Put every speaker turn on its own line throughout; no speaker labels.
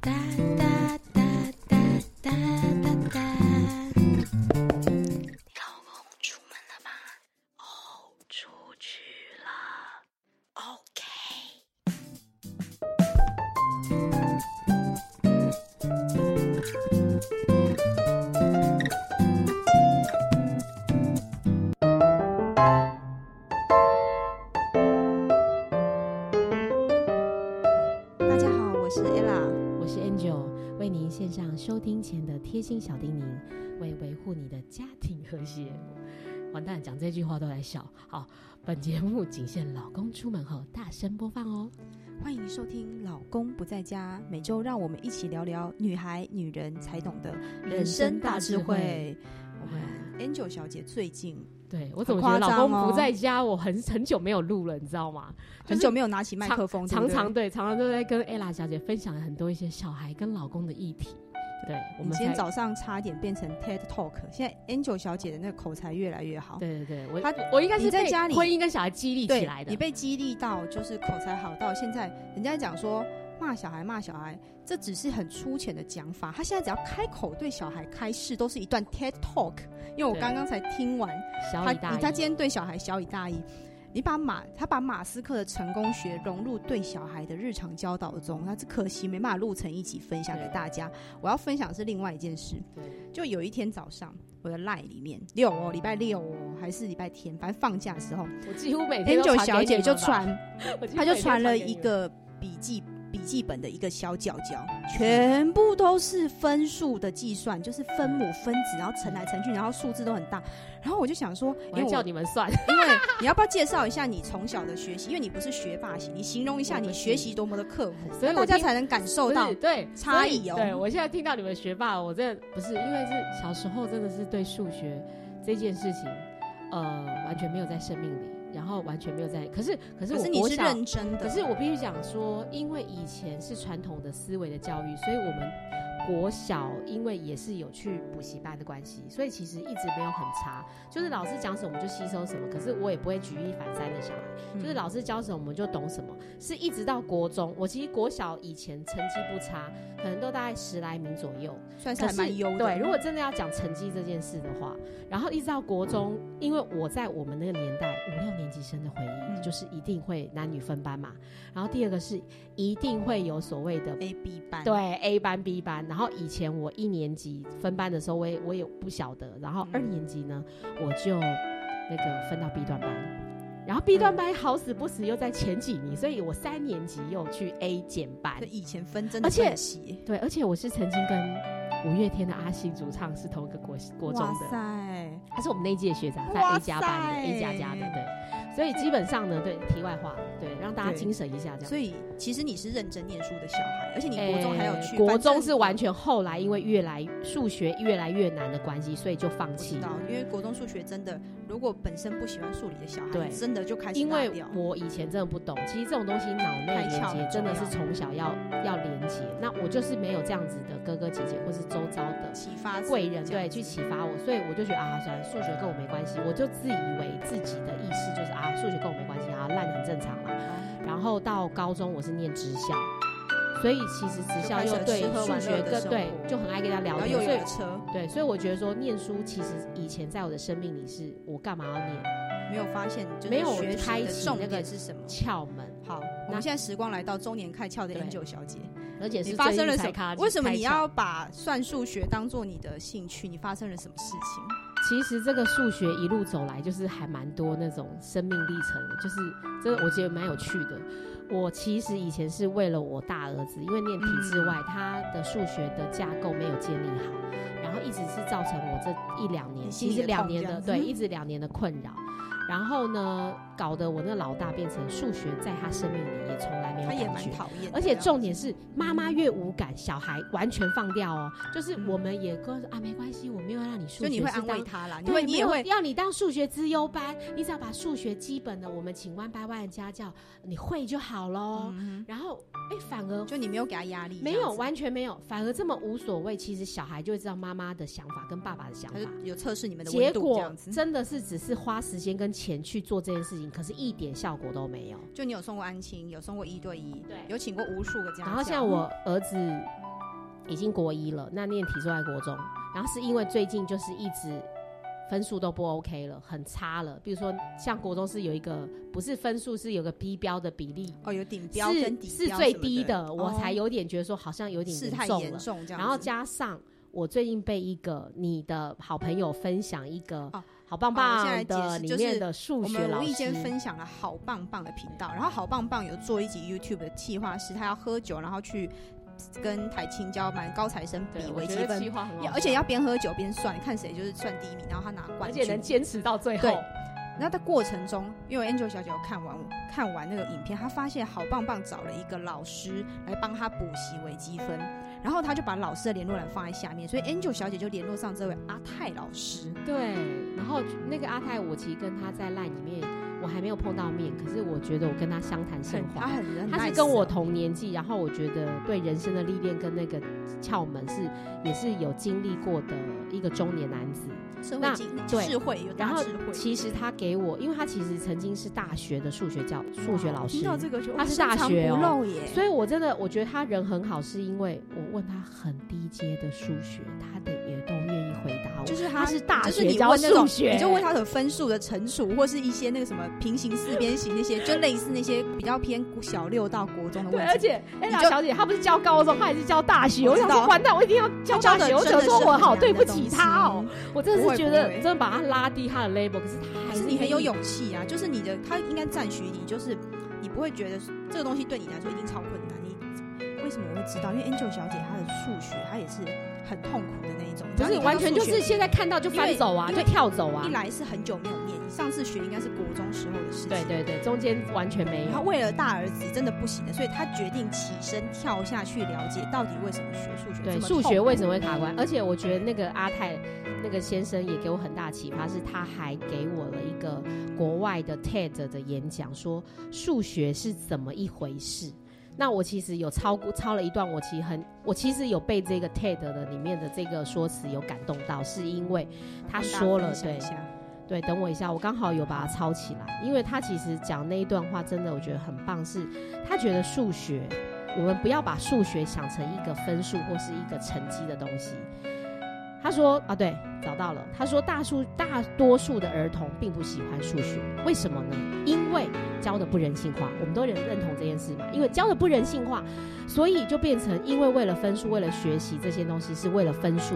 哒哒哒哒哒哒哒。你老公出门了吗？哦，出去了。OK。
大家好，我是 ella。
我是 Angel，为您献上收听前的贴心小叮咛，为维护你的家庭和谐。完蛋，讲这句话都来笑。好，本节目仅限老公出门后大声播放哦。
欢迎收听《老公不在家》，每周让我们一起聊聊女孩、女人才懂的人生大智慧。
哎
我们 Angel 小姐最近
对我怎么
很夸
觉得老
张
公
哦
不在家，我很很久没有录了，你知道吗？
很久没有拿起麦克风，
常常
哦对
对，常常都在跟 ella 小姐分享很多一些小孩跟老公的议题。
不
对，
对
我
你
们
今天
才
早上差点变成 TED Talk，现在 Angel 小姐的那个口才越来越好。
对对对，我
她
我应该是
你在
被
家里
婚姻跟小孩激励
对，
起来的
你。被激励到，就是口才好到现在，人家讲说骂小孩骂小孩，这只是很粗浅的讲法。他现在只要开口对小孩开示，都是一段 TED Talk。因为我
对
刚刚才听完，
小
他
以大
他
以
今天对小孩小以大义。你把马他把马斯克的成功学融入对小孩的日常教导中，那这可惜没办法录成一起分享给
对
大家。我要分享的是另外一件事，
对
就有一天早上，我的 line 里面六哦，礼拜六哦，还是礼拜天，反正放假的时候，
我几乎每天
Angel
都传
小
给
姐
你
就
们吧
传，
我几乎
她就
每天
传了
给
一
你们
个笔记笔记本的一个小角角，全部都是分数的计算，就是分母分子，然后乘来乘去，然后数字都很大。然后我就想说，因
我
为
还叫
我
你们 算，
因为你要不要介绍一下你从小的学习？因为你不是学霸型，你形容一下
我不
你
是
学习多么的刻苦，
所以
那大
我
家
听
才能感受
不
到
是。对
差
所以
异哦
对我现在听到你们学霸，我真的不是因为是小时候真的是对数学这件事情，呃，完全没有在生命里，然后完全没有在，可是可是
可
我
是你
国
是
小
认真的，
可是我必须讲说，因为以前是传统的思维的教育，所以我们国小因为也是有去补习班的关系，所以其实一直没有很差，就是老师讲什么就吸收什么，可是我也不会举一反三的小孩，就是老师教什么我们就懂什么，是一直到国中，我其实国小以前成绩不差，可能都大概十来名左右，
算是
可
还
是
蛮优的。嗯
对，如果真的要讲成绩这件事的话，然后一直到国中，因为我在我们那个年代五六年级生的回忆，
嗯
就是一定会男女分班嘛。然后第二个是一定会有所谓的
A B 班，
对 A 班 B 班。然后以前我一年级分班的时候，我也我也不晓得。然后
嗯
二年级呢，我就那个分到 B 段班。然后
嗯
B 段班好死不死又在前几名，所以我三年级又去 A 减班
这。以前分真的
而且
很细
对，而且我是曾经跟五月天的阿信主唱是同一个国国中
哇
的，
塞，
他是我们那一届学长，在
哇
A 加班
塞
的 A 加加的，对，所以基本上呢，对，题外话，对，让大家
对
精神一下这样。
所以其实你是认真念书的小孩，而且你国中还有
诶
去、
呃哎国中是完全后来因为越来数学越来越难的关系，所以就放
不
弃
知。道，因为国中数学真的，如果本身不喜欢数理的小孩，
对
真的就开始
因
落
为
掉。
我以前真的不懂，其实这种东西脑内
开
连
窍很
接真的
重
是
要
从小要要连接。那我就是没有这样子的哥哥姐姐或是周遭的
启发自己
贵人
这样
对
子
去启发我，所以我就觉得啊，算了，数学跟我没关系，我就自以为自己的意识就是啊，数学跟我没关系啊，烂很正常啦。然后到高中我是念职校，所以其实职校又对
就开始吃喝
数
玩
学
乐的
跟
生活
对就很爱跟他聊
然后
天，
又有
所以
了车，
对，所以我觉得说念书其实以前在我的生命里是我干嘛要念
没有发现就是
没有
学习
开
的
启
重
那个
点是什么？
窍门，
好，我
那
们现在时光来到中年开窍的
对
Angel 小姐，
而且
你
是
发
最
生了
近
什
才
么
开？
为什么
开
你
窍
要把算数学当做你的兴趣？你发生了什么事情？
其实这个数学一路走来，就是还蛮多那种生命历程，就是真的我觉得蛮有趣的。我其实以前是为了我大儿子，因为念体
嗯
制外，他的数学的架构没有建立好，然后一直是造成我这一两年，
你心里
其
的
实两
痛
年
这
的
样子
对，一直两年的困扰。然后呢，搞得我那老大变成数学在他生命里也从来没有
她也
感
蛮
觉。
讨厌的，
而且重点是，妈妈越无感，小孩完全放掉哦。就是
嗯
我们也跟啊，没关系，我没有让你数
就
学
你会
是
安
当
慰她啦，因
对，
为你
没
也
有
会
要你当数学资优班，你只要把数学基本的我们请万百万人家教你会就好喽。
嗯
然后哎，反而
哼就你没有给她压力，
没有
完，
完全没有，反而这么无所谓。其实小孩就会知道妈妈的想法跟爸爸的想
她
法
就。有测试你们的
结
温度这
果
样子。
真的是只是花时间跟钱去做这件事情，可是一点效果都没有。
就你有送过安亲，有送过一对一，
对
有请过无数个家教。
然后现在我儿子已经国一了，那念体制外国中，然后是因为最近就是一直分数都不 OK 了，很差了。比如说像国中是有一个不是分数是有个低标的比例，
哦，有顶标跟
是
底
是
标
最
什么
低
的，
我
哦
才有点觉得说好像有点
事
严
态
重
严
了。
重这样子。
然后加上我最近被一个你的好朋友分享一个
哦
好棒
哦我现在
棒
解
的
释
里
就是
面的数
我
学
们
老
无意
师
间，分享了好棒棒的频道，然后好棒棒有做一集 YouTube 的企划，是他要喝酒，然后去跟台青交蛮高材生比
对，我
微积
觉得
分
计，划很好
也
笑，
而且要边喝酒边算，看谁就是算第一名，然后他拿冠
而
军。
且能坚持到最后
对。然后在过程中，因为 Angel 小姐有看完看完那个影片，她发现好棒棒找了一个老师来帮她补习微积分，然后她就把老师的联络栏放在下面，所以 Angel 小姐就联络上这位阿泰老师。
对，然后那个阿泰，我其实跟他在烂里面，我还没有碰到面，可是我觉得我跟他相谈甚
很，她
欢。
很哦人，
他是跟我同年纪，然后我觉得对人生的历练跟那个窍门是也是有经历过的一个中年男子。
社
那
会经
对
智慧有
然
大
后
智慧。
其实他给我，因为他其实曾经是大学的数学教数学老师，
听到这个就
他是大学哦
深藏不露耶，
所以我真的我觉得他人很好，是因为我问他很低阶的数学，他的也都愿意回答我。
就是他
他是大
就是
学
你
教
问那
数
种，
学，
你就问他的分数的乘除，或是一些那个什么平行四边形那些，就类似那些比较偏小六到国中的
对，
问
而
题。
且艾
你
拉
就
小姐她不是教高中，她也是教大学。
我
我
知
想
道
说，完蛋，我一定要教
教
大
的
学。我
真
想
的
说，
是
我
很
好
难
对
的
不
东
起
西
她哦。我真
不
的
会
是觉
不
得
会，
真的把她拉低她的 label，可是她还
可是你很
愿
有
意
勇气啊，就是你的他应该赞许你，就是你不会觉得这个东西对你来说一定超困难。你为什么我会知道？因为 Angel 小姐她的数学她也是很痛苦的那一种，
不是完全就是现在看到就
因
翻
为
走啊，
因
就
为
跳走啊
一。来是很久没有念，你上次学应该是国中时候的事情。
对对对，中间完全没
他
有。
为了大儿子真的不行了，所以他决定起身跳下去了解到底为什么学数学
对
这么
数
痛
学为什么会卡关？而且我觉得那个阿泰那个先生也给我很大启发，是他还给我了一个国外的 TED 的演讲，说数学是怎么一回事。那我其实有抄过抄了一段，我其实很我其实有被这个 TED 的里面的这个说辞有感动到，是因为他说了
跟大家分享一下
对，等我一下，我刚好有把它抄起来，因为他其实讲那一段话，真的我觉得很棒，是他觉得数学，我们不要把数学想成一个分数或是一个成绩的东西。他说啊，对，找到了。他说大数大多数的儿童并不喜欢数学，为什么呢？因为教的不人性化，我们都认认同这件事嘛。因为教的不人性化，所以就变成因为为了分数，为了学习这些东西是为了分数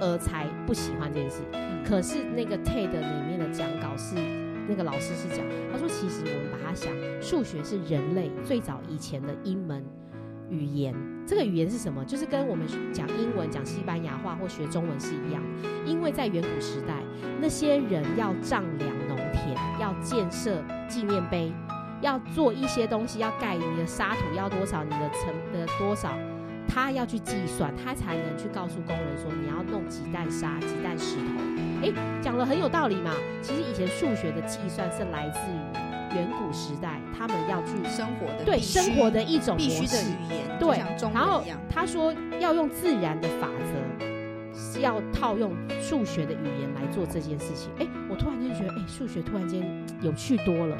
而才不喜欢这件事。可是那个 TED 里面的讲稿是那个老师是讲，他说其实我们把它想，数学是人类最早以前的一门语言。这个语言是什么？就是跟我们讲英文、讲西班牙话或学中文是一样的。因为在远古时代，那些人要丈量农田，要建设纪念碑，要做一些东西，要盖你的沙土要多少，你的成呃多少，他要去计算，他才能去告诉工人说你要弄几担沙、几担石头。讲了很有道理嘛。其实以前数学的计算是来自于远古时代，他们要去
生活的
对
必须
生活的一种
必
模
须的
式。
语言，
对
就像中
然后
文一样。
他说要用自然的法则，是要套用数学的语言来做这件事情。哎，我突然间觉得，哎，数学突然间有趣多了。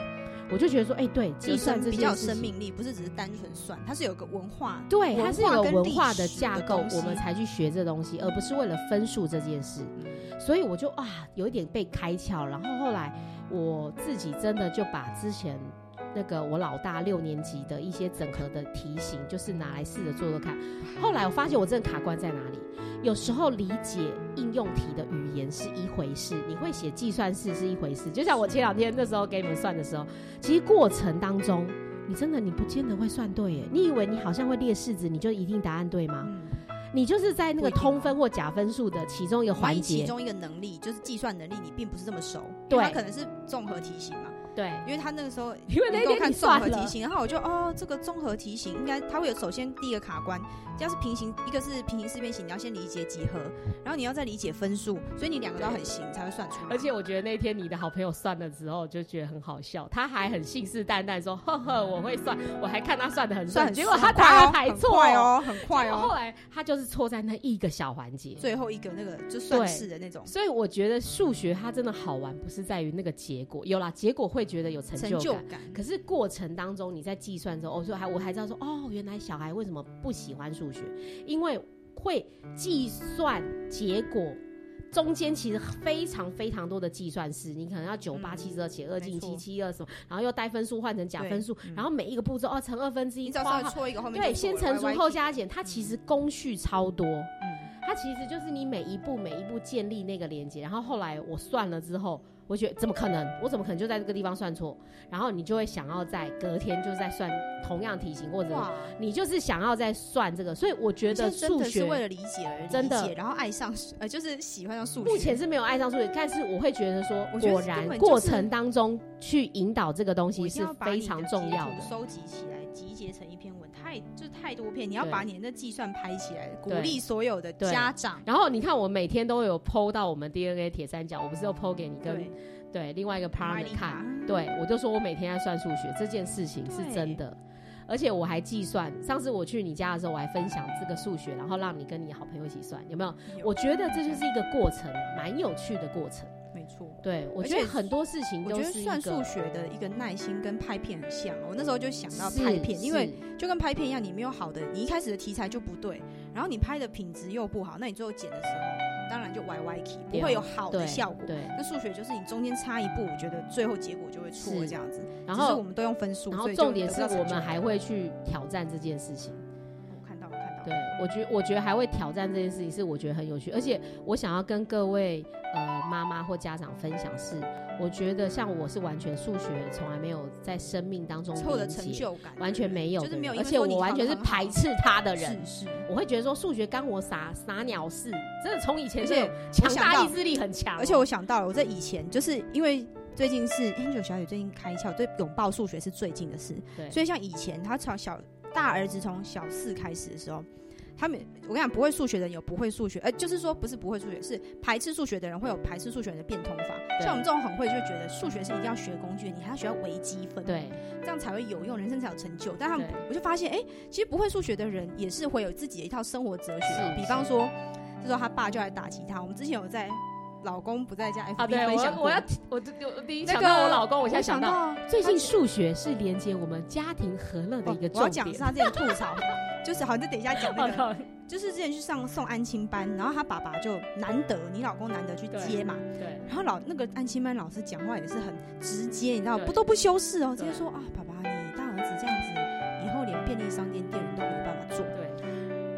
我就觉得说，哎，对，计算
有生
这
比较
件
有
事
生
情，
命力，不是只是单纯算，它是有个文化。
对，
文
它是
化
有
跟
文
历
化
史
的
的
架构
东，西
我们才去学这东西，而不是为了分数这件事。所以我就啊，有一点被开窍。然后后来我自己真的就把之前那个我老大六年级的一些整合的题型，就是拿来试着做做看。后来我发现我真的卡关在哪里。有时候理解应用题的语言是一回事，你会写计算式是一回事。就像我前两天那时候给你们算的时候，其实过程当中，你真的你不见得会算对耶。你以为你好像会列式子，你就一定答案对吗？
嗯，
你就是在那
不
个
一定哦
通分或假分数的其中一个
万
环
一其
节，
中一个能力就是计算能力，你并不是这么熟，
对
因为它可能是综合题型嘛。
对，
因为他那个时候
因为那
给我
天
看
你
综
算
合题
了，
型，然后我就哦，这个综合题型应该它会有首先第一个卡关，要是平行，一个是平行四边形，你要先理解几何，然后你要再理解分数，所以你两个都要很行才会算出来。
而且我觉得那天你的好朋友算了之后，就觉得很好笑，他还很信誓旦旦说：“呵呵，我会算，我还看他算的很
算很
准。”结果他
很快
答
哦
案还
很
错
快。哦，很快
然后后
哦。嗯
来他就是错在那一个小环节。
最后一个那个就算
对
式的那种
所以我觉得数学它真的好玩，不是在于那个结果，有啦，结果会觉得有成
成就
就感。
感，
可是过程当中，你在计算之后，我、哦、说还我还知道说，哦，原来小孩为什么不喜欢数学，因为会计算结果。中间其实非常非常多的计算式，你可能要九八
嗯
七十二写二进
没错
七七二什么，然后又带分数换成假分数，
对嗯
然后每一个步骤哦乘二分之一，
你只要稍
括
微
号
搓一个后面
对，
就
先
错了
乘除
歪歪
后
斜
加减，它其实工序超多，
嗯
它其实就是你每一步每一步建立那个连接，然后后来我算了之后，我觉得怎么可能？我怎么可能就在这个地方算错？然后你就会想要在隔天就再算同样题型，或者
哇，
你就是想要再算这个，所以我觉得
你现在真
数
的是为
学。
了理解而理解，
真的
然后爱上呃，就是喜欢上数学。
目前是没有爱上数学，但是我会觉得说，
我觉得
果
这
然
根本就是
过程当中去引导这个东
我
西
一定
是
要把
非
你的
常重要
截
的
图。收集起来，集结成一篇文，太就是太多篇，你要
对
把你的计算拍起来，鼓
对
励所有的
对
家长。
然后你看，我每天都有 PO 到我们 DNA 铁三角，我不是有 PO 给你跟
对，
对另外一个
麦
partner
丽
看
卡，
对我就说我每天在算数学这件事情是真的，而且我还计算。上次我去你家的时候，我还分享这个数学，然后让你跟你好朋友一起算，有没有？
有
我觉得这就是一个过程，蛮有趣的过程。
没错。
对，我
而
觉得
且
很多事情
我
都
觉
是
得
一
算数
个
学的一个耐心跟拍片很像，哦我那时候就想到
是
拍片，因为
是
就跟拍片一样，你没有好的，你一开始的题材就不对，然后你拍的品质又不好，那你最后剪的时候，当然就歪歪 k 不
对
会有好的
对
效果。
对，
那数学就是你中间差一步，我觉得最后结果就会错
是
这样子。
然
只是我
后
们都用分数，
然后
所以就
重点
得
是
到
我
成就
们还
感
会去挑战这件事情。
我哦看到我看到，
对，我觉我觉得还会挑战这件事情，是我觉得很有趣，而且我想要跟各位呃妈妈或家长分享是，我觉得像我是完全数学从来没有在生命当中
凑的
理解
成就感
完全没有
就
的
是
人，
没有，
而且我完全是排斥他的人，
是是，
我会觉得说数学干我啥啥鸟事，真的从以前
而
就
且
有强
想
大
到
意志力很强哦，
而且我想到了，我在以前就是因为最近是 Angel 小姐最近开窍，对拥抱数学是最近的事，
对
所以像以前他从小大儿子从小四开始的时候。他们，我跟你讲，不会数学的人有不会数学，呃，就是说不是不会数学，是排斥数学的人会有排斥数学人的变通法。
对
像我们这种很会，就会觉得数学是一定要学工具，你还要学到微积分。
对
这样才会有用，人生才有成就。但他们
对
我就发现，哎、其实不会数学的人也是会有自己的一套生活哲学啊。
是
比方说，这时候他爸就来打击他。我们之前有在老公不在家 FB 分享过，
啊我我我第一
那个
公，我
我想到
最近
他
数学是连接我们家庭和乐的一个
哦我要
重
讲
点
是。他之前吐槽，就是好，你就等一下讲那 个，
好的
就是之前去上送安亲班，然后他爸爸就难得你老公难得去
对
接嘛，
嗯对，
然后老那个安亲班老师讲话也是很直接，你知道
对
不都不修饰哦，直接
对
说啊，爸爸你大儿子这样子，以后连便利商店店员都没有办法做。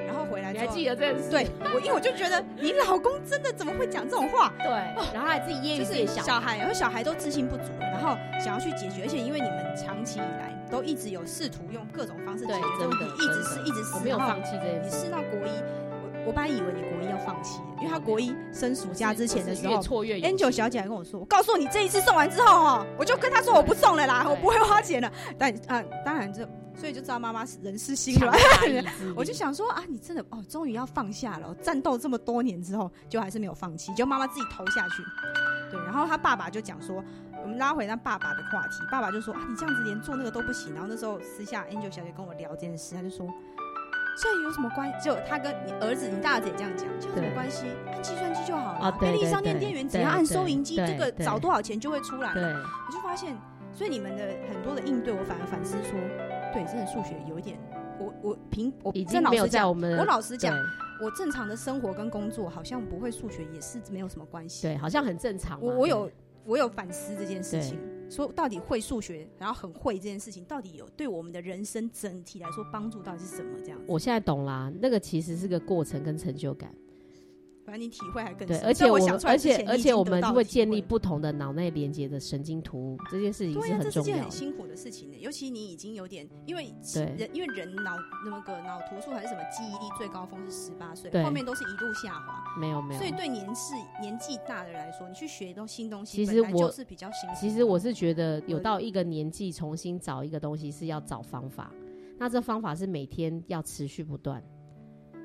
然后回来
你
之
还
后
记得这件事？
对我，因为我就觉得你老公真的怎么会讲这种话？
对，然后还自己揶
就
揄自
是
己小
小孩，然后小孩都自信不足了，然后想要去解决，而且因为你们长期以来都一直有试图用各种方式解
对
决这个问
真
题
的，
一直
真
试
的
一直
我
试，
没有
然后
放弃这件
你
事。
试到国一，我我本来以为你国一要放弃，因为他国一升暑假之前的时
我
候哎
是越挫越勇。
，Angel 小姐还跟我说，我告诉你这一次送完之后哦，我就跟他说我不送了 啦，
对
我不会花钱了。但啊、当然这，所以就知道妈妈是人是心
强
软。
大意志 力
我就想说啊，你真的哦，终于要放下了。战斗这么多年之后，就还是没有放弃，就妈妈自己投下去。对，然后他爸爸就讲说，我们拉回那爸爸的话题，爸爸就说啊，你这样子连做那个都不行。然后那时候私下 Angel 小姐跟我聊这件事，她就说。这有什么关系？就他跟你儿子，你大儿子也这样讲，这有什么
对
关系？按计算机就好了。
啊对
便利
对
商店
对
店员只
对
要按
对
收银机，
对
这个
对
找多少钱就会出来了。
对，
我就发现，所以你们的很多的应对，我反而反思说，对，真的数学有一点，我我凭我
已
真
经
老
没有
实
在
讲，
我们的
我老实讲，
对
我正常的生活跟工作好像不会数学也是没有什么关系。
对，好像很正常嘛。嗯
我我有我有反思这件事情，说到底会数学，然后很会这件事情，到底有对我们的人生整体来说帮助到底是什么？这样子，
我现在懂啦，那个其实是个过程跟成就感。
反正你体会还更
对，
深
而且
在
我
我
们
想出来
而
之前
且
你
而
已
且
经
我
得
们
到了
会
体
建立
会
不同的脑内连接的神经图舞，这件事情
对
是
呀、
很
这是
重
件
要
很
的。
辛苦的事情的，尤其你已经有点，因为
对
人因为人脑那个脑图素还是什么记忆力最高峰是十八岁，
对
后面都是一路下滑，
没有没有
所以，对年事年纪大的人来说，你去学到新东西，
其实
本来就
我
是比较辛苦。
其实我是觉得有
我
到一个年纪，重新找一个东西是要找方法，那这方法是每天要持续不断。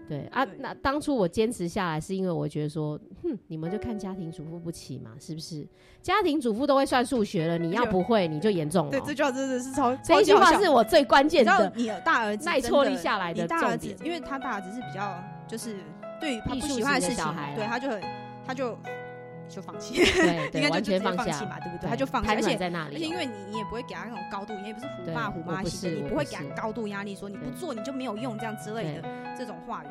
对啊，
对
那当初我坚持下来，是因为我觉得说，哼，你们就看家庭主妇不起嘛，是不是？家庭主妇都会算数学 了，你要不会你就严重了
对
哦。
这句话真的是超
这
超
一
级
句
好
话
笑
是我最关
你
键
知道
的
你有大儿子
耐
真
挫
的
力下来
你
的
大儿
重
子
点，。
因为他大儿子是比较就是对于他
艺
不
术
喜欢
型的
事情
小孩，啦
对他就很他就就放弃，
对
应该
对，
就
完
直接
全
放
放
弃
下，
嘛，对不对？
对
他就放弃，
瘫
而且
软在那
而且
里
因
哦。
为你你也不会给他那种高度，你也不是虎
对
爸虎妈
我不
型的，
是
你
我
不会
不
给他
是
高度压力，说你不
对
做你就没有用这样之类的这种话语。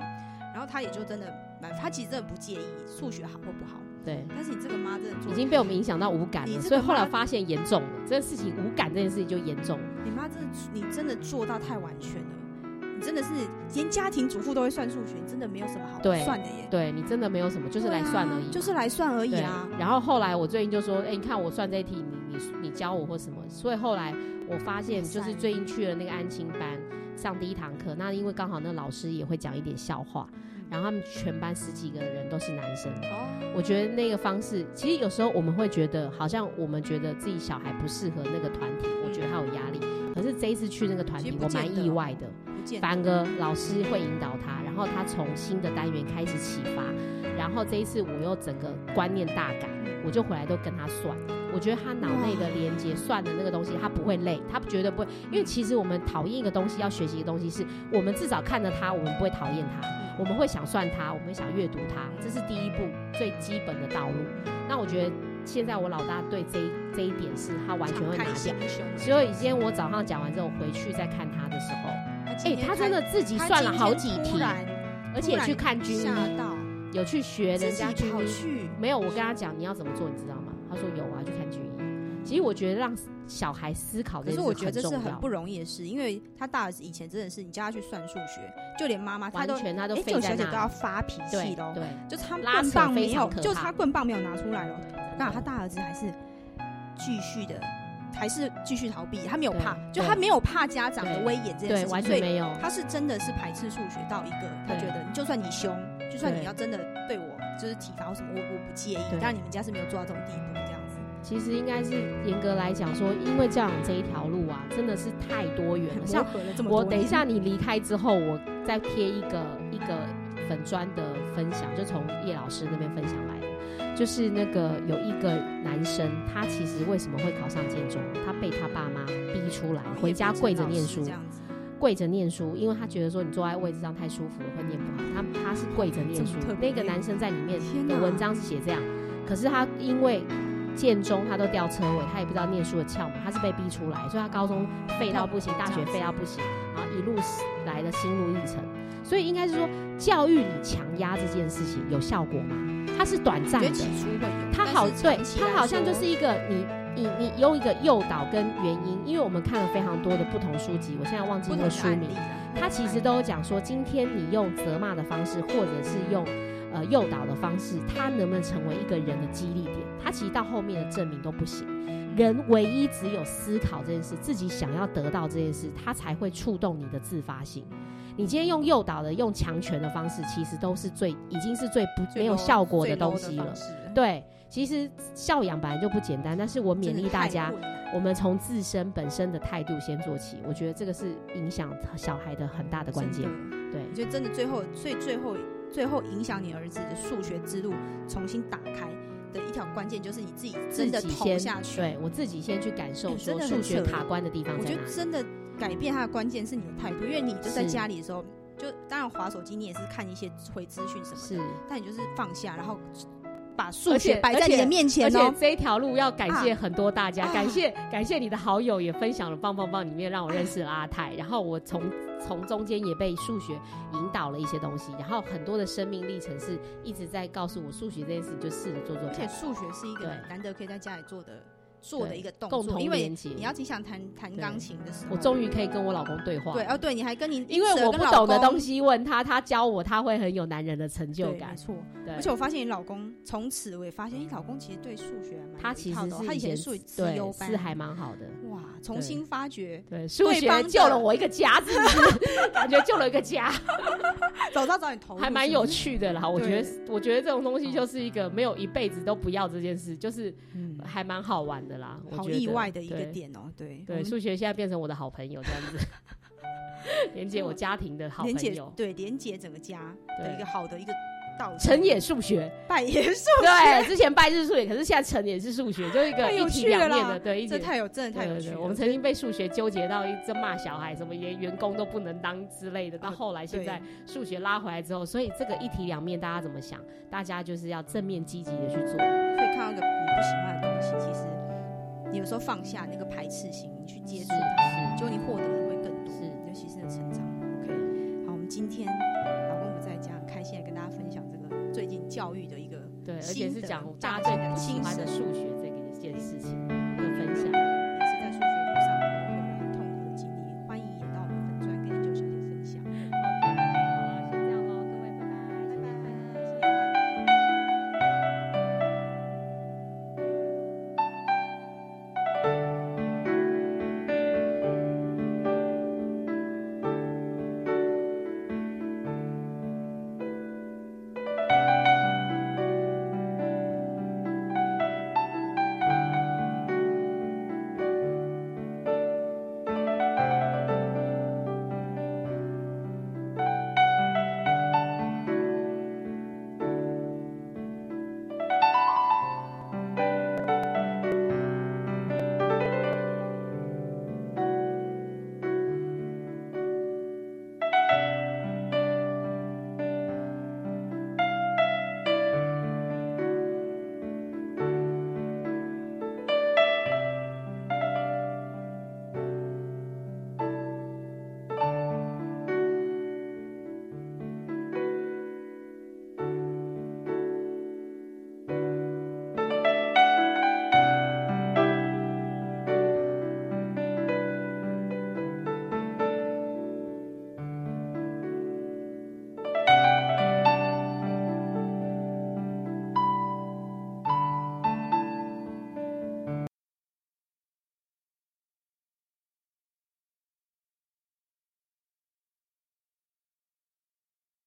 然后他也就真的蛮，他其实真的不介意数学好或不好，
对，
但是你这个妈真的做
已经被我们影响到无感
你
了，
这个
所以后来
妈
发现严重了，这个事情无感这件事情就严重了。
你妈真的你真的做到太完全了，你真的是连家庭主妇都会算数学，你真的没有什么好
对
算的耶，啊
对你真的没有什么，就是来算而已嘛，
就是来算而已
对
啊。
然后后来我最近就说，哎、你看我算这一题，你你你教我或什么，所以后来我发现，就是最近去了那个安亲班上第一堂课，那因为刚好那老师也会讲一点笑话，
嗯
然后他们全班十几个人都是男生。
哦，
我觉得那个方式，其实有时候我们会觉得，好像我们觉得自己小孩不适合那个团体，我觉得他有压力。可是这一次去那个团
其
体
实，不
我
见
蛮
得
意外的。
不见得
凡哥老师会引导他，然后他从新的单元开始启发，然后这一次我又整个观念大改，我就回来都跟他算。我觉得他脑内的连接算的那个东西，他不会累，他绝对不会。因为其实我们讨厌一个东西，要学习一个东西是，我们至少看着它，我们不会讨厌它，我们会想算它，我们会想阅读它，这是第一步最基本的道路。那我觉得现在我老大对这一这一点是他完全会拿
敞开
下
心。胸
所以今天我早上讲完之后，回去再看他的时候，
他今
哎、
天
他真的自己
他
算了
今
好
天
几
突
题，
然
而且去看军
吓
医，
到，
有去学
自
人家
己
军
跑
医。
去，
没有，我跟他讲你要怎么做，你知道吗？他说有啊，去看军医。其实我觉得让小孩思考
可
这
是我觉得这
件事
是
很重
很
要，
不容易的事，因为他大儿子以前真的是，你叫他去算数学，就连妈妈他都
完，全他都
哎，
飞
九
在
小姐都
那
要
里。
发脾气
对
的哦，
对，
就是他
拉
棍
扯
棒没
非常
有，
可怕
就是他棍棒没有拿出来哦。刚好他
真的
大儿子还是继续的，还是继续逃避，他没有
对
怕，
对
就他没有怕家长的威严这件
对
事情，
完
所
全
以
没有。
他是真的是排斥数学到一个，他
对
觉得就算你凶，就算你
对
要真的对我就是体罚或什么，我我不介意。
对
当然你们家是没有做到这种地步，这样子
其实应该是严格来讲说，因为教养这一条路啊，真的是太多元了。像
磨合了这么多
我
年
等一下你离开之后，我再贴一个一个粉砖的分享，就从叶老师那边分享来的，就是那个有一个男生，他其实为什么会考上建中，他被他爸妈逼出来
然后，也
回家跪着念书
变成老师这，样子，
跪着念书，因为他觉得说你坐在位置上太舒服了，会念不好。他他是跪着念书
这么特，别
那个男生在里面
天哪
的文章是写这样，可是他因为建中他都掉车尾，他也不知道念书的窍门，他是被逼出来，所以他高中废到不行，大学废到不行，然后一路来的心路历程。所以应该是说，教育里强压这件事情有效果吗？它是短
我
暂
觉得，
的
起初会有，
他好
但是
对
长期来
他好像
说
就是一个你你你用一个诱导跟原因，因为我们看了非常多的不同书籍，我现在忘记
不
那
同
个
的
书
案
名
例，啦
他其实都有讲说，今天你用责骂的方式，或者是用呃诱导的方式，他能不能成为一个人的激励点？他其实到后面的证明都不行。人唯一只有思考这件事，自己想要得到这件事，他才会触动你的自发性。你今天用诱导的、用强权的方式，其实都是最已经是最不
最
没有
low-
效果
最
的
low
东西了
方。式了，
对，其实教养本来就不简单，但是我勉
真的
励大
太
家，
困难了
我们从自身本身的态度先做起，我觉得这个是影响小孩的很大的关键
真。的
对
我觉得真的最后，最最后最后影响你儿子的数学之路重新打开的一条关键，就是你自己真的
自己
投
先
下去。
对我自己先去感受，
哎真
说
的
数
很
学
扯
卡关的地方
我
在
觉
哪
得
里？
真的改变他的关键是你的态度，因为你就在
是
家里的时候，就当然划手机，你也是看一些回资讯什么
是
的，，但你就是放下，然后把数
而
学
且
摆在你的面
而
前
且
哦。
这一条路要感谢很多大家，
啊
感谢感谢你的好友也分享了棒棒棒里面让我认识了阿泰，然后我从从中间也被数学引导了一些东西，然后很多的生命历程是一直在告诉我数学这件事，你就试着做做
而且
看。
数学是一个
对
难得可以在家里做的做的
对
一个动
共
作，
同
因为
连接
你要经常弹弹
对
钢琴的时候，
我终于可以跟我老公对话了。
对哦，对，你还跟你
因为我不懂的东
西，
西问他，他教我，他会很有男人的成就
对，没
感。
错。
对，
而且我发现你老公，从此我也发现，你老公其实对数学还蛮有
他
一
其
套
实
的哦
是
他以前
前
是数理资优
对
班，
是还蛮好的。
哇，重新发掘。
对，数
对方
学
的
救了我一个家，是不是？ 感觉救了一 个家，
早知道找你投入，
还蛮有
是
趣的啦。我
对
觉得，我觉得这种东西就是一个没有一辈子都不要这件事，就是
不是，嗯，
还蛮好玩的啦。我
好
觉得
意外的一个
对。
点哦，对
对，数学现在变成我的好朋友这样子， 连接我家庭的好
连
朋
接
友。
对连接整个家的
对
一个好的一个道理，
成也数学，
拜也是，
对，之前拜日数学，可是现在成也是数学，就是一个
太有
一体
趣了
两面
啦
的，对，一
这
体
太有真的太
对
有
对
趣
对，
了。
我们曾经被数学纠结到一直骂小孩，什么连员工都不能当之类的。到
哦
后来现
对
在数学拉回来之后，所以这个一体两面，大家怎么想？大家就是要正面积极的去做。
所以看到一个你不喜欢的东西，其实你有时候放下那个排斥心，你去接触它，
是
就你获得的会更多，
是
尤其是成长。OK，好，我们今天老公不在家，很开心。教育的一个
对，而且
新
是
的
讲
大
大
型
家
的
最不喜
精
欢的
神
数学